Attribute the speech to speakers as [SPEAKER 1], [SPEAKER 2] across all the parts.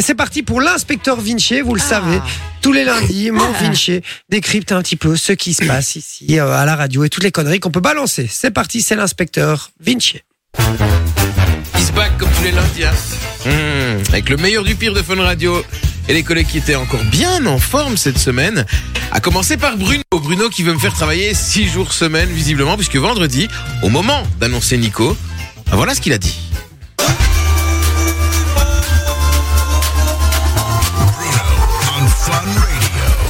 [SPEAKER 1] C'est parti pour l'inspecteur Vinci, vous le savez. Tous les lundis, mon Vinci décrypte un petit peu ce qui se passe ici euh, à la radio et toutes les conneries qu'on peut balancer. C'est parti, c'est l'inspecteur Vinci.
[SPEAKER 2] Il se back comme tous les lundis. hein. Mmh, avec le meilleur du pire de Fun Radio. Et les collègues qui étaient encore bien en forme cette semaine. À commencer par Bruno. Bruno qui veut me faire travailler 6 jours semaine, visiblement, puisque vendredi, au moment d'annoncer Nico, ben voilà ce qu'il a dit.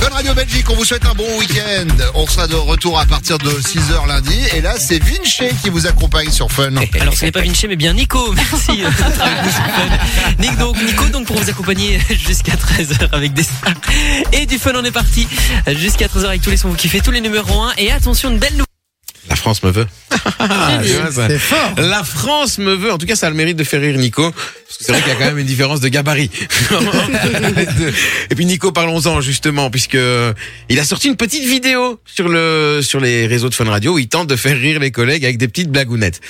[SPEAKER 3] Bonne Radio Belgique, on vous souhaite un bon week-end. On sera de retour à partir de 6h lundi. Et là, c'est Vinci qui vous accompagne sur Fun.
[SPEAKER 4] Alors ce n'est pas Vinci mais bien Nico, merci. euh, de travailler sur Fun. Nick donc, Nico donc pour vous accompagner jusqu'à 13h avec des stars et du fun on est parti jusqu'à 13h avec tous les sons que vous kiffez, tous les numéros 1 et attention une belle nouvelle.
[SPEAKER 2] La France me veut. Tu vois ça
[SPEAKER 1] C'est fort.
[SPEAKER 2] La France me veut. En tout cas, ça a le mérite de faire rire Nico. Parce que c'est vrai qu'il y a quand même une différence de gabarit. Et puis Nico, parlons-en justement, puisque euh, il a sorti une petite vidéo sur le sur les réseaux de Fun Radio où il tente de faire rire les collègues avec des petites blagounettes.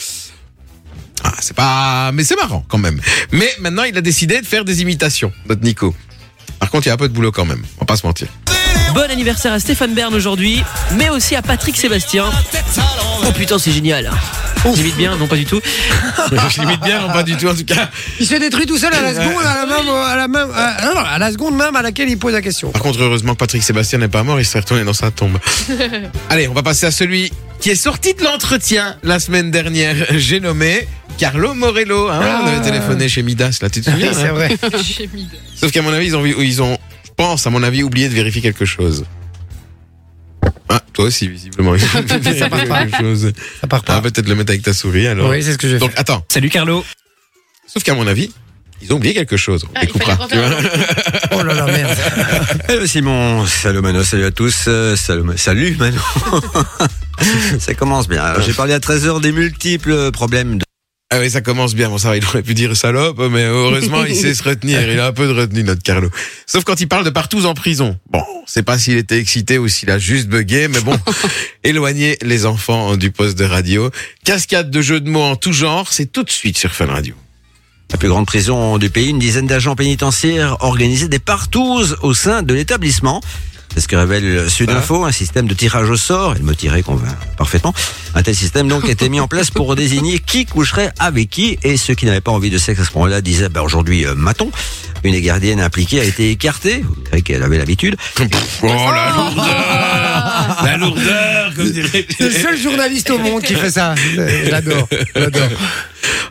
[SPEAKER 2] Ah, c'est pas, mais c'est marrant quand même. Mais maintenant, il a décidé de faire des imitations, notre Nico. Par contre, il y a un peu de boulot quand même. On va pas se mentir.
[SPEAKER 4] Bon anniversaire à Stéphane Bern aujourd'hui, mais aussi à Patrick Sébastien. Oh putain c'est génial. J'imite bien, non pas du tout.
[SPEAKER 2] Je l'imite bien, non pas du tout en tout cas.
[SPEAKER 1] Il se détruit tout seul à la seconde, à la même, à la même, à- non, non, à la seconde même à laquelle il pose la question.
[SPEAKER 2] Par contre, heureusement que Patrick Sébastien n'est pas mort, il serait retourné dans sa tombe. Allez, on va passer à celui qui est sorti de l'entretien la semaine dernière. J'ai nommé Carlo Morello. hein,
[SPEAKER 1] Ah.
[SPEAKER 2] On avait téléphoné chez Midas, là, tu te souviens
[SPEAKER 1] Oui,
[SPEAKER 2] hein
[SPEAKER 1] c'est vrai.
[SPEAKER 2] Sauf qu'à mon avis, ils ont, ils ont, je pense, à mon avis, oublié de vérifier quelque chose. Ah, toi aussi, visiblement. Ils ont oublié de
[SPEAKER 1] Ça part pas.
[SPEAKER 2] vérifier quelque chose.
[SPEAKER 1] Ça part
[SPEAKER 2] Ah,
[SPEAKER 1] pas.
[SPEAKER 2] peut-être le mettre avec ta souris, alors.
[SPEAKER 1] Oui, c'est ce que j'ai fait.
[SPEAKER 2] Donc, attends.
[SPEAKER 4] Salut Carlo.
[SPEAKER 2] Sauf qu'à mon avis, ils ont oublié quelque chose. On
[SPEAKER 5] Ah, il
[SPEAKER 2] découpera.
[SPEAKER 5] fallait
[SPEAKER 2] tu vois.
[SPEAKER 1] Oh là là, merde.
[SPEAKER 6] Hello Simon, salut Mano, salut à tous, euh, salut, Ma- salut Mano. Ça commence bien. Alors, J'ai parlé à 13h des multiples problèmes de
[SPEAKER 2] Ah oui, ça commence bien. Bon, ça va, il aurait pu dire salope, mais heureusement, il sait se retenir. Il a un peu de retenue, notre Carlo. Sauf quand il parle de partout en prison. Bon, c'est pas s'il était excité ou s'il a juste bugué, mais bon, éloignez les enfants du poste de radio. Cascade de jeux de mots en tout genre, c'est tout de suite sur Fun Radio.
[SPEAKER 6] la plus grande prison du pays. Une dizaine d'agents pénitentiaires organisaient des partouzes au sein de l'établissement. C'est ce que révèle Sudinfo, un système de tirage au sort. Elle me tirait convainc parfaitement. Un tel système donc était mis en place pour désigner qui coucherait avec qui. Et ceux qui n'avaient pas envie de sexe à ce moment-là disaient, bah, aujourd'hui, euh, maton. Une des gardiennes impliquée a été écartée. Vous direz qu'elle avait l'habitude.
[SPEAKER 2] Oh la lourdeur La lourdeur, comme dirait...
[SPEAKER 1] C'est le seul journaliste au monde qui fait ça. J'adore. J'adore.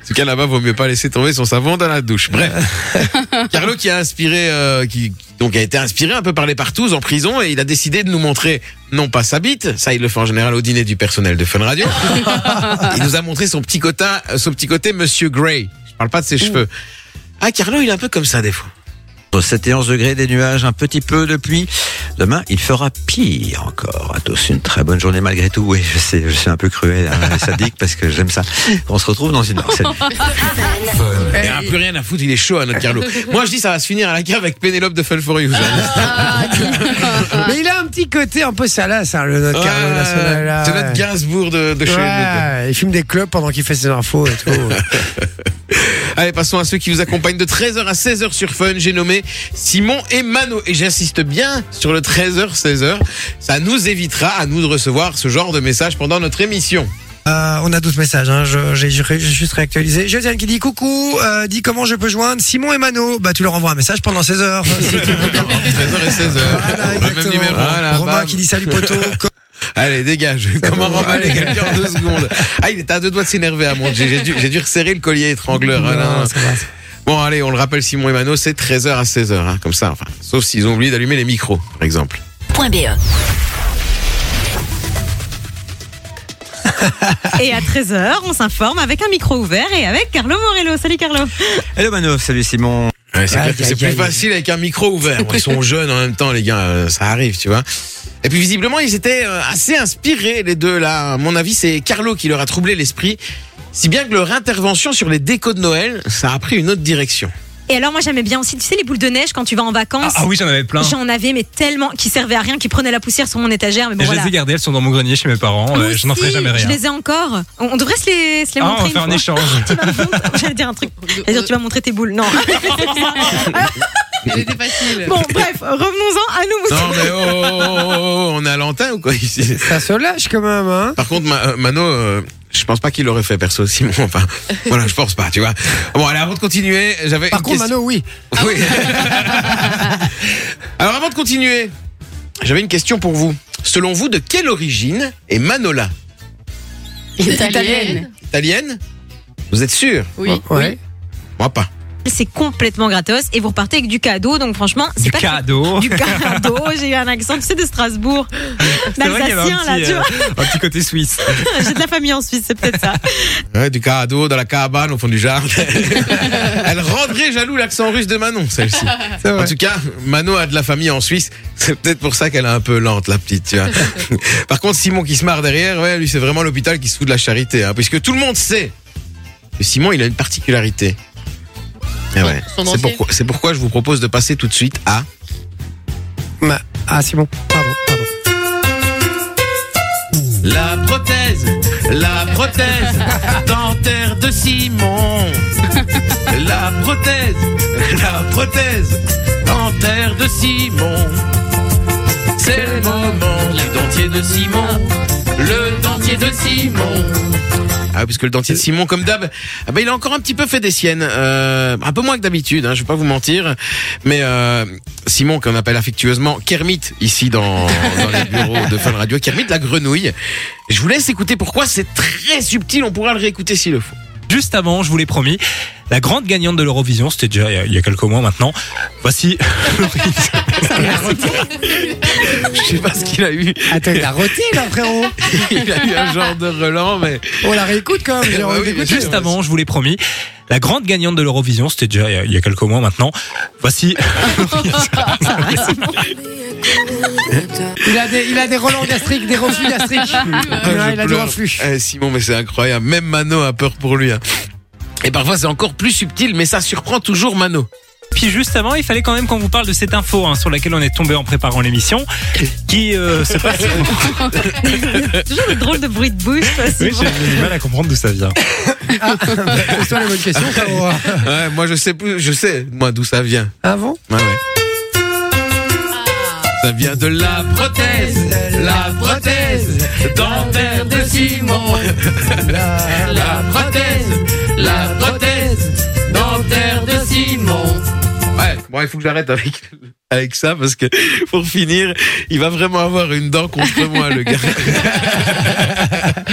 [SPEAKER 2] En tout cas, là-bas, vaut mieux pas laisser tomber son savon dans la douche. Bref. Carlo qui a inspiré, euh, qui, qui donc a été inspiré un peu par les partous en prison et il a décidé de nous montrer non pas sa bite, ça il le fait en général au dîner du personnel de Fun Radio. il nous a montré son petit côté, euh, son petit côté Monsieur Gray. Je parle pas de ses cheveux. Ah, Carlo, il est un peu comme ça des fois.
[SPEAKER 6] Entre 7 et 11 degrés des nuages, un petit peu de pluie. Demain, il fera pire encore. À tous, une très bonne journée malgré tout. Oui, je sais, je suis un peu cruel, hein, sadique, parce que j'aime ça. On se retrouve dans une heure. Salut.
[SPEAKER 2] Il a plus rien à foutre, il est chaud à notre Carlo. Moi, je dis ça va se finir à la cave avec Pénélope de Fun for You.
[SPEAKER 1] Mais il a un petit côté un peu salace, hein, le notre
[SPEAKER 2] Ouais,
[SPEAKER 1] Carlo National. là,
[SPEAKER 2] C'est
[SPEAKER 1] ouais.
[SPEAKER 2] notre Gainsbourg Euh, de, de chez nous.
[SPEAKER 1] Ouais, il fume des clubs pendant qu'il fait ses infos et tout.
[SPEAKER 2] Allez, passons à ceux qui vous accompagnent de 13h à 16h sur Fun. J'ai nommé Simon et Mano. Et j'insiste bien sur le 13h, 16h. Ça nous évitera à nous de recevoir ce genre de messages pendant notre émission.
[SPEAKER 1] Euh, on a d'autres messages, hein. je- j'ai j'ai ré- j'ai juste réactualisé. Josiane qui dit coucou, euh, dit comment je peux joindre Simon et Mano. Bah tu leur envoies un message pendant 16 heures.
[SPEAKER 2] 13h et 16h.
[SPEAKER 1] Voilà,
[SPEAKER 2] le même
[SPEAKER 1] exactement.
[SPEAKER 2] numéro. Voilà,
[SPEAKER 1] Romain
[SPEAKER 2] bam.
[SPEAKER 1] qui dit salut poteau. Co-
[SPEAKER 2] Allez, dégage. Comment
[SPEAKER 1] va.
[SPEAKER 2] remballer quelqu'un en deux secondes Ah, il était à deux doigts de s'énerver à mon Dieu. J'ai dû, j'ai dû resserrer le collier étrangleur. hein, là.
[SPEAKER 1] Non, ça va, ça
[SPEAKER 2] Bon, allez, on le rappelle, Simon et Mano, c'est 13h à 16h. hein, comme ça, enfin. Sauf s'ils ont oublié d'allumer les micros, par exemple.
[SPEAKER 7] Et à 13h, on s'informe avec un micro ouvert et avec Carlo Morello. Salut Carlo.
[SPEAKER 6] Hello Mano, salut Simon.
[SPEAKER 2] Ouais, c'est
[SPEAKER 1] Aïe,
[SPEAKER 2] clair que
[SPEAKER 1] aïe,
[SPEAKER 2] c'est plus
[SPEAKER 1] aïe.
[SPEAKER 2] facile avec un micro ouvert. Bon, Ils sont jeunes en même temps, les gars, euh, ça arrive, tu vois. Et puis visiblement, ils étaient euh, assez inspirés, les deux, là. À mon avis, c'est Carlo qui leur a troublé l'esprit. Si bien que leur intervention sur les décos de Noël, ça a pris une autre direction.
[SPEAKER 7] Et alors moi j'aimais bien aussi, tu sais, les boules de neige quand tu vas en vacances.
[SPEAKER 8] Ah oui, j'en avais plein.
[SPEAKER 7] J'en avais mais tellement qui servaient à rien, qui prenaient la poussière sur mon étagère. Mais bon
[SPEAKER 8] Et je
[SPEAKER 7] voilà.
[SPEAKER 8] les ai gardées, elles sont dans mon grenier chez mes parents.
[SPEAKER 7] Moi
[SPEAKER 8] euh, je n'en ferai
[SPEAKER 7] aussi,
[SPEAKER 8] jamais rien.
[SPEAKER 7] Je les ai encore. On, on devrait se les, se les
[SPEAKER 8] Ah, on
[SPEAKER 7] montrer
[SPEAKER 8] va
[SPEAKER 7] une
[SPEAKER 8] faire un
[SPEAKER 7] fois.
[SPEAKER 8] échange.
[SPEAKER 7] Tu vas me montrer- J'allais dire un truc. J'allais dire, tu vas montrer tes boules. Non.
[SPEAKER 5] Elle était facile.
[SPEAKER 7] Bon, bref, revenons-en à nous.
[SPEAKER 2] Non, mais oh, oh, oh, oh, on est à l'antin ou quoi ici
[SPEAKER 1] Ça se lâche quand même, hein
[SPEAKER 2] Par contre, Ma- euh, Mano, euh, je pense pas qu'il l'aurait fait perso, Simon. Enfin, voilà, je pense pas, tu vois. Bon, allez, avant de continuer, j'avais.
[SPEAKER 1] Par
[SPEAKER 2] une
[SPEAKER 1] contre,
[SPEAKER 2] question-
[SPEAKER 1] Mano, oui.
[SPEAKER 2] Oui. Alors avant de continuer, j'avais une question pour vous. Selon vous, de quelle origine est Manola
[SPEAKER 5] Italienne.
[SPEAKER 2] Italienne Vous êtes sûr
[SPEAKER 5] Oui.
[SPEAKER 1] Ouais.
[SPEAKER 2] Moi pas.
[SPEAKER 7] C'est complètement gratos et vous repartez avec du cadeau. Donc franchement, c'est
[SPEAKER 8] Du
[SPEAKER 7] pas
[SPEAKER 8] cadeau.
[SPEAKER 7] du cadeau. J'ai eu un accent, tu sais, de Strasbourg,
[SPEAKER 8] C'est vrai qu'il y avait
[SPEAKER 7] d'Alsacien là.
[SPEAKER 8] un, petit,
[SPEAKER 7] Tu
[SPEAKER 8] euh,
[SPEAKER 7] vois,
[SPEAKER 8] un petit côté suisse.
[SPEAKER 7] j'ai de la famille en Suisse, c'est peut-être ça.
[SPEAKER 2] Ouais, du cadeau dans la cabane au fond du jardin. Elle rendrait jaloux l'accent russe de Manon, celle-ci.
[SPEAKER 1] C'est vrai.
[SPEAKER 2] En tout cas, Mano a de la famille en Suisse. C'est peut-être pour ça qu'elle est un peu lente, la petite. Tu vois. Par contre, Simon qui se marre derrière, ouais, lui, c'est vraiment l'hôpital qui se fout de la charité. hein, puisque tout le monde sait que Simon, il a une particularité. Et ouais.
[SPEAKER 5] Son
[SPEAKER 2] C'est
[SPEAKER 5] dentier.
[SPEAKER 2] pourquoi, c'est pourquoi je vous propose de passer tout de suite à.
[SPEAKER 1] Ma- Ah, c'est bon. Pardon, pardon.
[SPEAKER 2] La prothèse, la prothèse dentaire de Simon. La prothèse, la prothèse dentaire de Simon. C'est le moment du dentier de Simon. Le dentier de Simon. Ah, puisque le dentier de Simon, comme d'hab, ah ben, il a encore un petit peu fait des siennes. Euh, un peu moins que d'habitude, hein, je vais pas vous mentir. Mais euh, Simon, qu'on appelle affectueusement Kermit, ici dans, dans les bureaux de Fun Radio, Kermit la grenouille. Je vous laisse écouter pourquoi c'est très subtil, on pourra le réécouter s'il le faut.
[SPEAKER 8] Juste avant, je vous l'ai promis, la grande gagnante de l'Eurovision, c'était déjà il y a- il y a quelques mois maintenant. Voici
[SPEAKER 2] Je sais pas ce qu'il a eu.
[SPEAKER 1] Attends, il a roté, là, frérot.
[SPEAKER 2] Il a eu un genre de relent, mais.
[SPEAKER 1] On la réécoute quand même. j'ai
[SPEAKER 2] Bah
[SPEAKER 1] envie
[SPEAKER 2] oui,
[SPEAKER 1] d'écouter.
[SPEAKER 8] Juste avant, je vous l'ai promis, la grande gagnante de l'Eurovision, c'était déjà il y a- il y a quelques mois maintenant. Voici.
[SPEAKER 1] Il a des, il a des relents gastriques, des reflux gastriques.
[SPEAKER 2] Ah, je
[SPEAKER 1] Ouais, il a du
[SPEAKER 2] pleure.
[SPEAKER 1] reflux.
[SPEAKER 2] Eh, Simon, mais c'est incroyable. Même Mano a peur pour lui. hein. Et parfois, c'est encore plus subtil, mais ça surprend toujours Mano.
[SPEAKER 8] Puis juste avant, il fallait quand même qu'on vous parle de cette info hein, sur laquelle on est tombé en préparant l'émission, qui euh, se passe.
[SPEAKER 7] Toujours le drôle de bruit de bouche. toi,
[SPEAKER 8] Oui,
[SPEAKER 7] Simon.
[SPEAKER 8] j'ai du mal à comprendre d'où ça vient.
[SPEAKER 1] Pose-toi les bonnes questions, frérot.
[SPEAKER 2] Ouais, moi, je sais plus, je sais, moi, d'où ça vient.
[SPEAKER 1] Avant
[SPEAKER 2] Ouais, ouais. Ça vient de la prothèse, la prothèse dentaire de Simon. La prothèse, la prothèse dentaire de Simon. Ouais, bon, il faut que j'arrête avec, avec ça parce que pour finir, il va vraiment avoir une dent contre moi, le gars. Ah,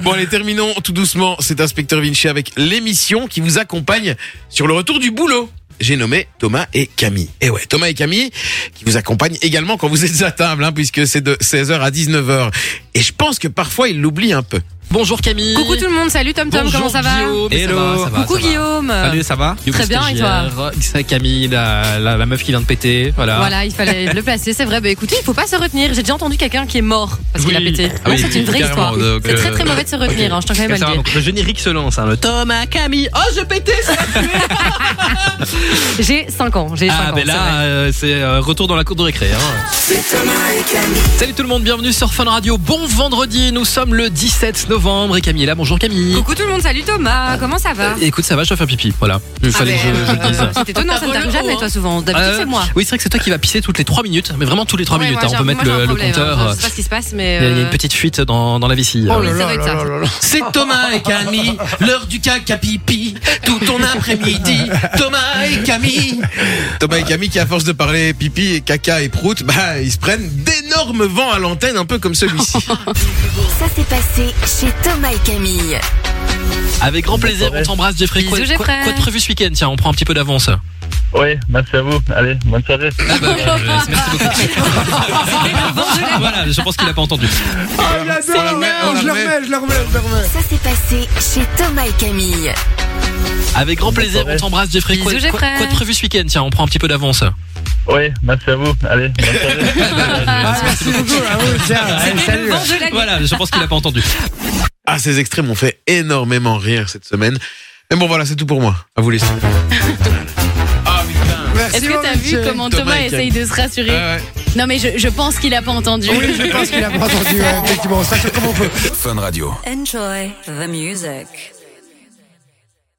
[SPEAKER 2] Bon, allez, terminons tout doucement cet inspecteur Vinci avec l'émission qui vous accompagne sur le retour du boulot. J'ai nommé Thomas et Camille. Et ouais, Thomas et Camille qui vous accompagnent également quand vous êtes à table, hein, puisque c'est de 16h à 19h. Et je pense que parfois ils l'oublient un peu.
[SPEAKER 4] Bonjour Camille.
[SPEAKER 5] Coucou tout le monde, salut Tom Tom,
[SPEAKER 4] Bonjour
[SPEAKER 5] comment ça va
[SPEAKER 4] Guillaume. Ça
[SPEAKER 9] Hello.
[SPEAKER 4] va, ça va,
[SPEAKER 5] Coucou
[SPEAKER 4] ça va.
[SPEAKER 5] Guillaume
[SPEAKER 10] Euh,
[SPEAKER 9] Salut, ça va
[SPEAKER 4] Youpi
[SPEAKER 5] Très bien, et toi
[SPEAKER 4] stagiaire.
[SPEAKER 9] C'est Camille, la, la, la meuf qui vient de péter. Voilà.
[SPEAKER 5] Voilà, il fallait le placer, c'est vrai. Bah écoutez, il faut pas se retenir. J'ai déjà entendu quelqu'un qui est mort parce qu'il a
[SPEAKER 9] Oui.
[SPEAKER 5] pété.
[SPEAKER 9] Ah oui,
[SPEAKER 5] Donc, c'est une vraie
[SPEAKER 9] carrément,
[SPEAKER 5] histoire.
[SPEAKER 9] donc,
[SPEAKER 5] C'est très
[SPEAKER 9] euh,
[SPEAKER 5] très mauvais de se retenir, hein, je tiens quand même à
[SPEAKER 9] Ça
[SPEAKER 5] le
[SPEAKER 9] va,
[SPEAKER 5] dire.
[SPEAKER 9] donc le générique se lance. Hein, le Thomas, Camille. Oh, je pétais ça
[SPEAKER 5] J'ai 5 ans, j'ai 5
[SPEAKER 9] Ah,
[SPEAKER 5] ans.
[SPEAKER 9] ben
[SPEAKER 5] c'est vrai.
[SPEAKER 9] là, euh, c'est euh, retour dans la cour de récré. hein. Salut tout le monde, bienvenue sur Fun Radio. Bon vendredi, nous sommes le 17 novembre et Camille est là. Bonjour Camille.
[SPEAKER 5] Coucou tout le monde, salut Thomas, comment ça va
[SPEAKER 9] Euh, Écoute, ça va, je vais faire pipi. Voilà. Il
[SPEAKER 5] Ah
[SPEAKER 9] fallait
[SPEAKER 5] ben,
[SPEAKER 9] que je, je le dise.
[SPEAKER 5] euh, C'est étonnant, ça ne t'arrive jamais toi souvent. D'habitude,
[SPEAKER 9] Euh,
[SPEAKER 5] c'est moi.
[SPEAKER 9] Oui, c'est vrai que c'est toi qui vas pisser toutes les 3 minutes, mais vraiment tous les 3
[SPEAKER 5] Ouais,
[SPEAKER 9] minutes.
[SPEAKER 5] moi,
[SPEAKER 9] hein,
[SPEAKER 5] j'ai
[SPEAKER 9] on peut
[SPEAKER 5] un-
[SPEAKER 9] mettre
[SPEAKER 5] moi, j'ai un
[SPEAKER 9] le, le
[SPEAKER 5] problème,
[SPEAKER 9] compteur. euh,
[SPEAKER 5] hein, Je sais pas ce qui se passe, mais.
[SPEAKER 9] Il y a- il y a une
[SPEAKER 5] euh,
[SPEAKER 9] petite fuite dans, dans la vessie.
[SPEAKER 2] Oh
[SPEAKER 5] oui, ça doit être ça.
[SPEAKER 2] C'est Thomas et Camille, l'heure du caca pipi, tout ton après-midi. Thomas et Camille. Thomas et Camille qui, à force de parler pipi et caca et prout, bah, ils se prennent d'énormes vents à l'antenne, un peu comme celui-ci.
[SPEAKER 11] Ça s'est passé chez Thomas et Camille.
[SPEAKER 9] Avec grand plaisir, on t'embrasse Jeffrey.
[SPEAKER 5] Bisous,
[SPEAKER 9] quoi, quoi-
[SPEAKER 5] Jeffrey.
[SPEAKER 9] quoi de prévu ce week-end Tiens, on prend un petit peu d'avance.
[SPEAKER 10] Oui, merci à vous. Allez, bonne soirée.
[SPEAKER 9] Ah bah, euh, merci beaucoup. Ah, voilà, je pense qu'il a pas entendu.
[SPEAKER 2] On la met, on la
[SPEAKER 1] Je le
[SPEAKER 2] met.
[SPEAKER 1] remets, je le remets, je le remets.
[SPEAKER 11] Ça s'est passé chez Thomas et Camille.
[SPEAKER 9] Avec grand plaisir, on t'embrasse Jeffrey. Quoi,
[SPEAKER 5] Bisous,
[SPEAKER 9] quoi-
[SPEAKER 5] Jeffrey.
[SPEAKER 9] quoi de prévu ce week-end Tiens, on prend un petit peu d'avance.
[SPEAKER 10] Oui, merci à vous. Allez, bonne soirée.
[SPEAKER 1] Ah, Merci beaucoup. Ah oui, tiens, allez, salut.
[SPEAKER 9] Voilà, je pense qu'il a pas entendu.
[SPEAKER 2] Ah, ces extraits m'ont fait énormément rire cette semaine. Mais bon, voilà, c'est tout pour moi. À vous laisser. ah, putain.
[SPEAKER 1] Merci,
[SPEAKER 5] Est-ce
[SPEAKER 1] mon
[SPEAKER 5] que t'as
[SPEAKER 1] Vinci.
[SPEAKER 5] vu comment
[SPEAKER 2] Thomas
[SPEAKER 5] Thomas
[SPEAKER 2] et Camille.
[SPEAKER 5] essaye de se rassurer
[SPEAKER 2] Ouais, ouais.
[SPEAKER 5] Non mais je, je pense qu'il a pas entendu.
[SPEAKER 1] Oui, je pense qu'il a pas entendu, euh, effectivement. Ça, c'est comme on peut.
[SPEAKER 11] Enjoy the music.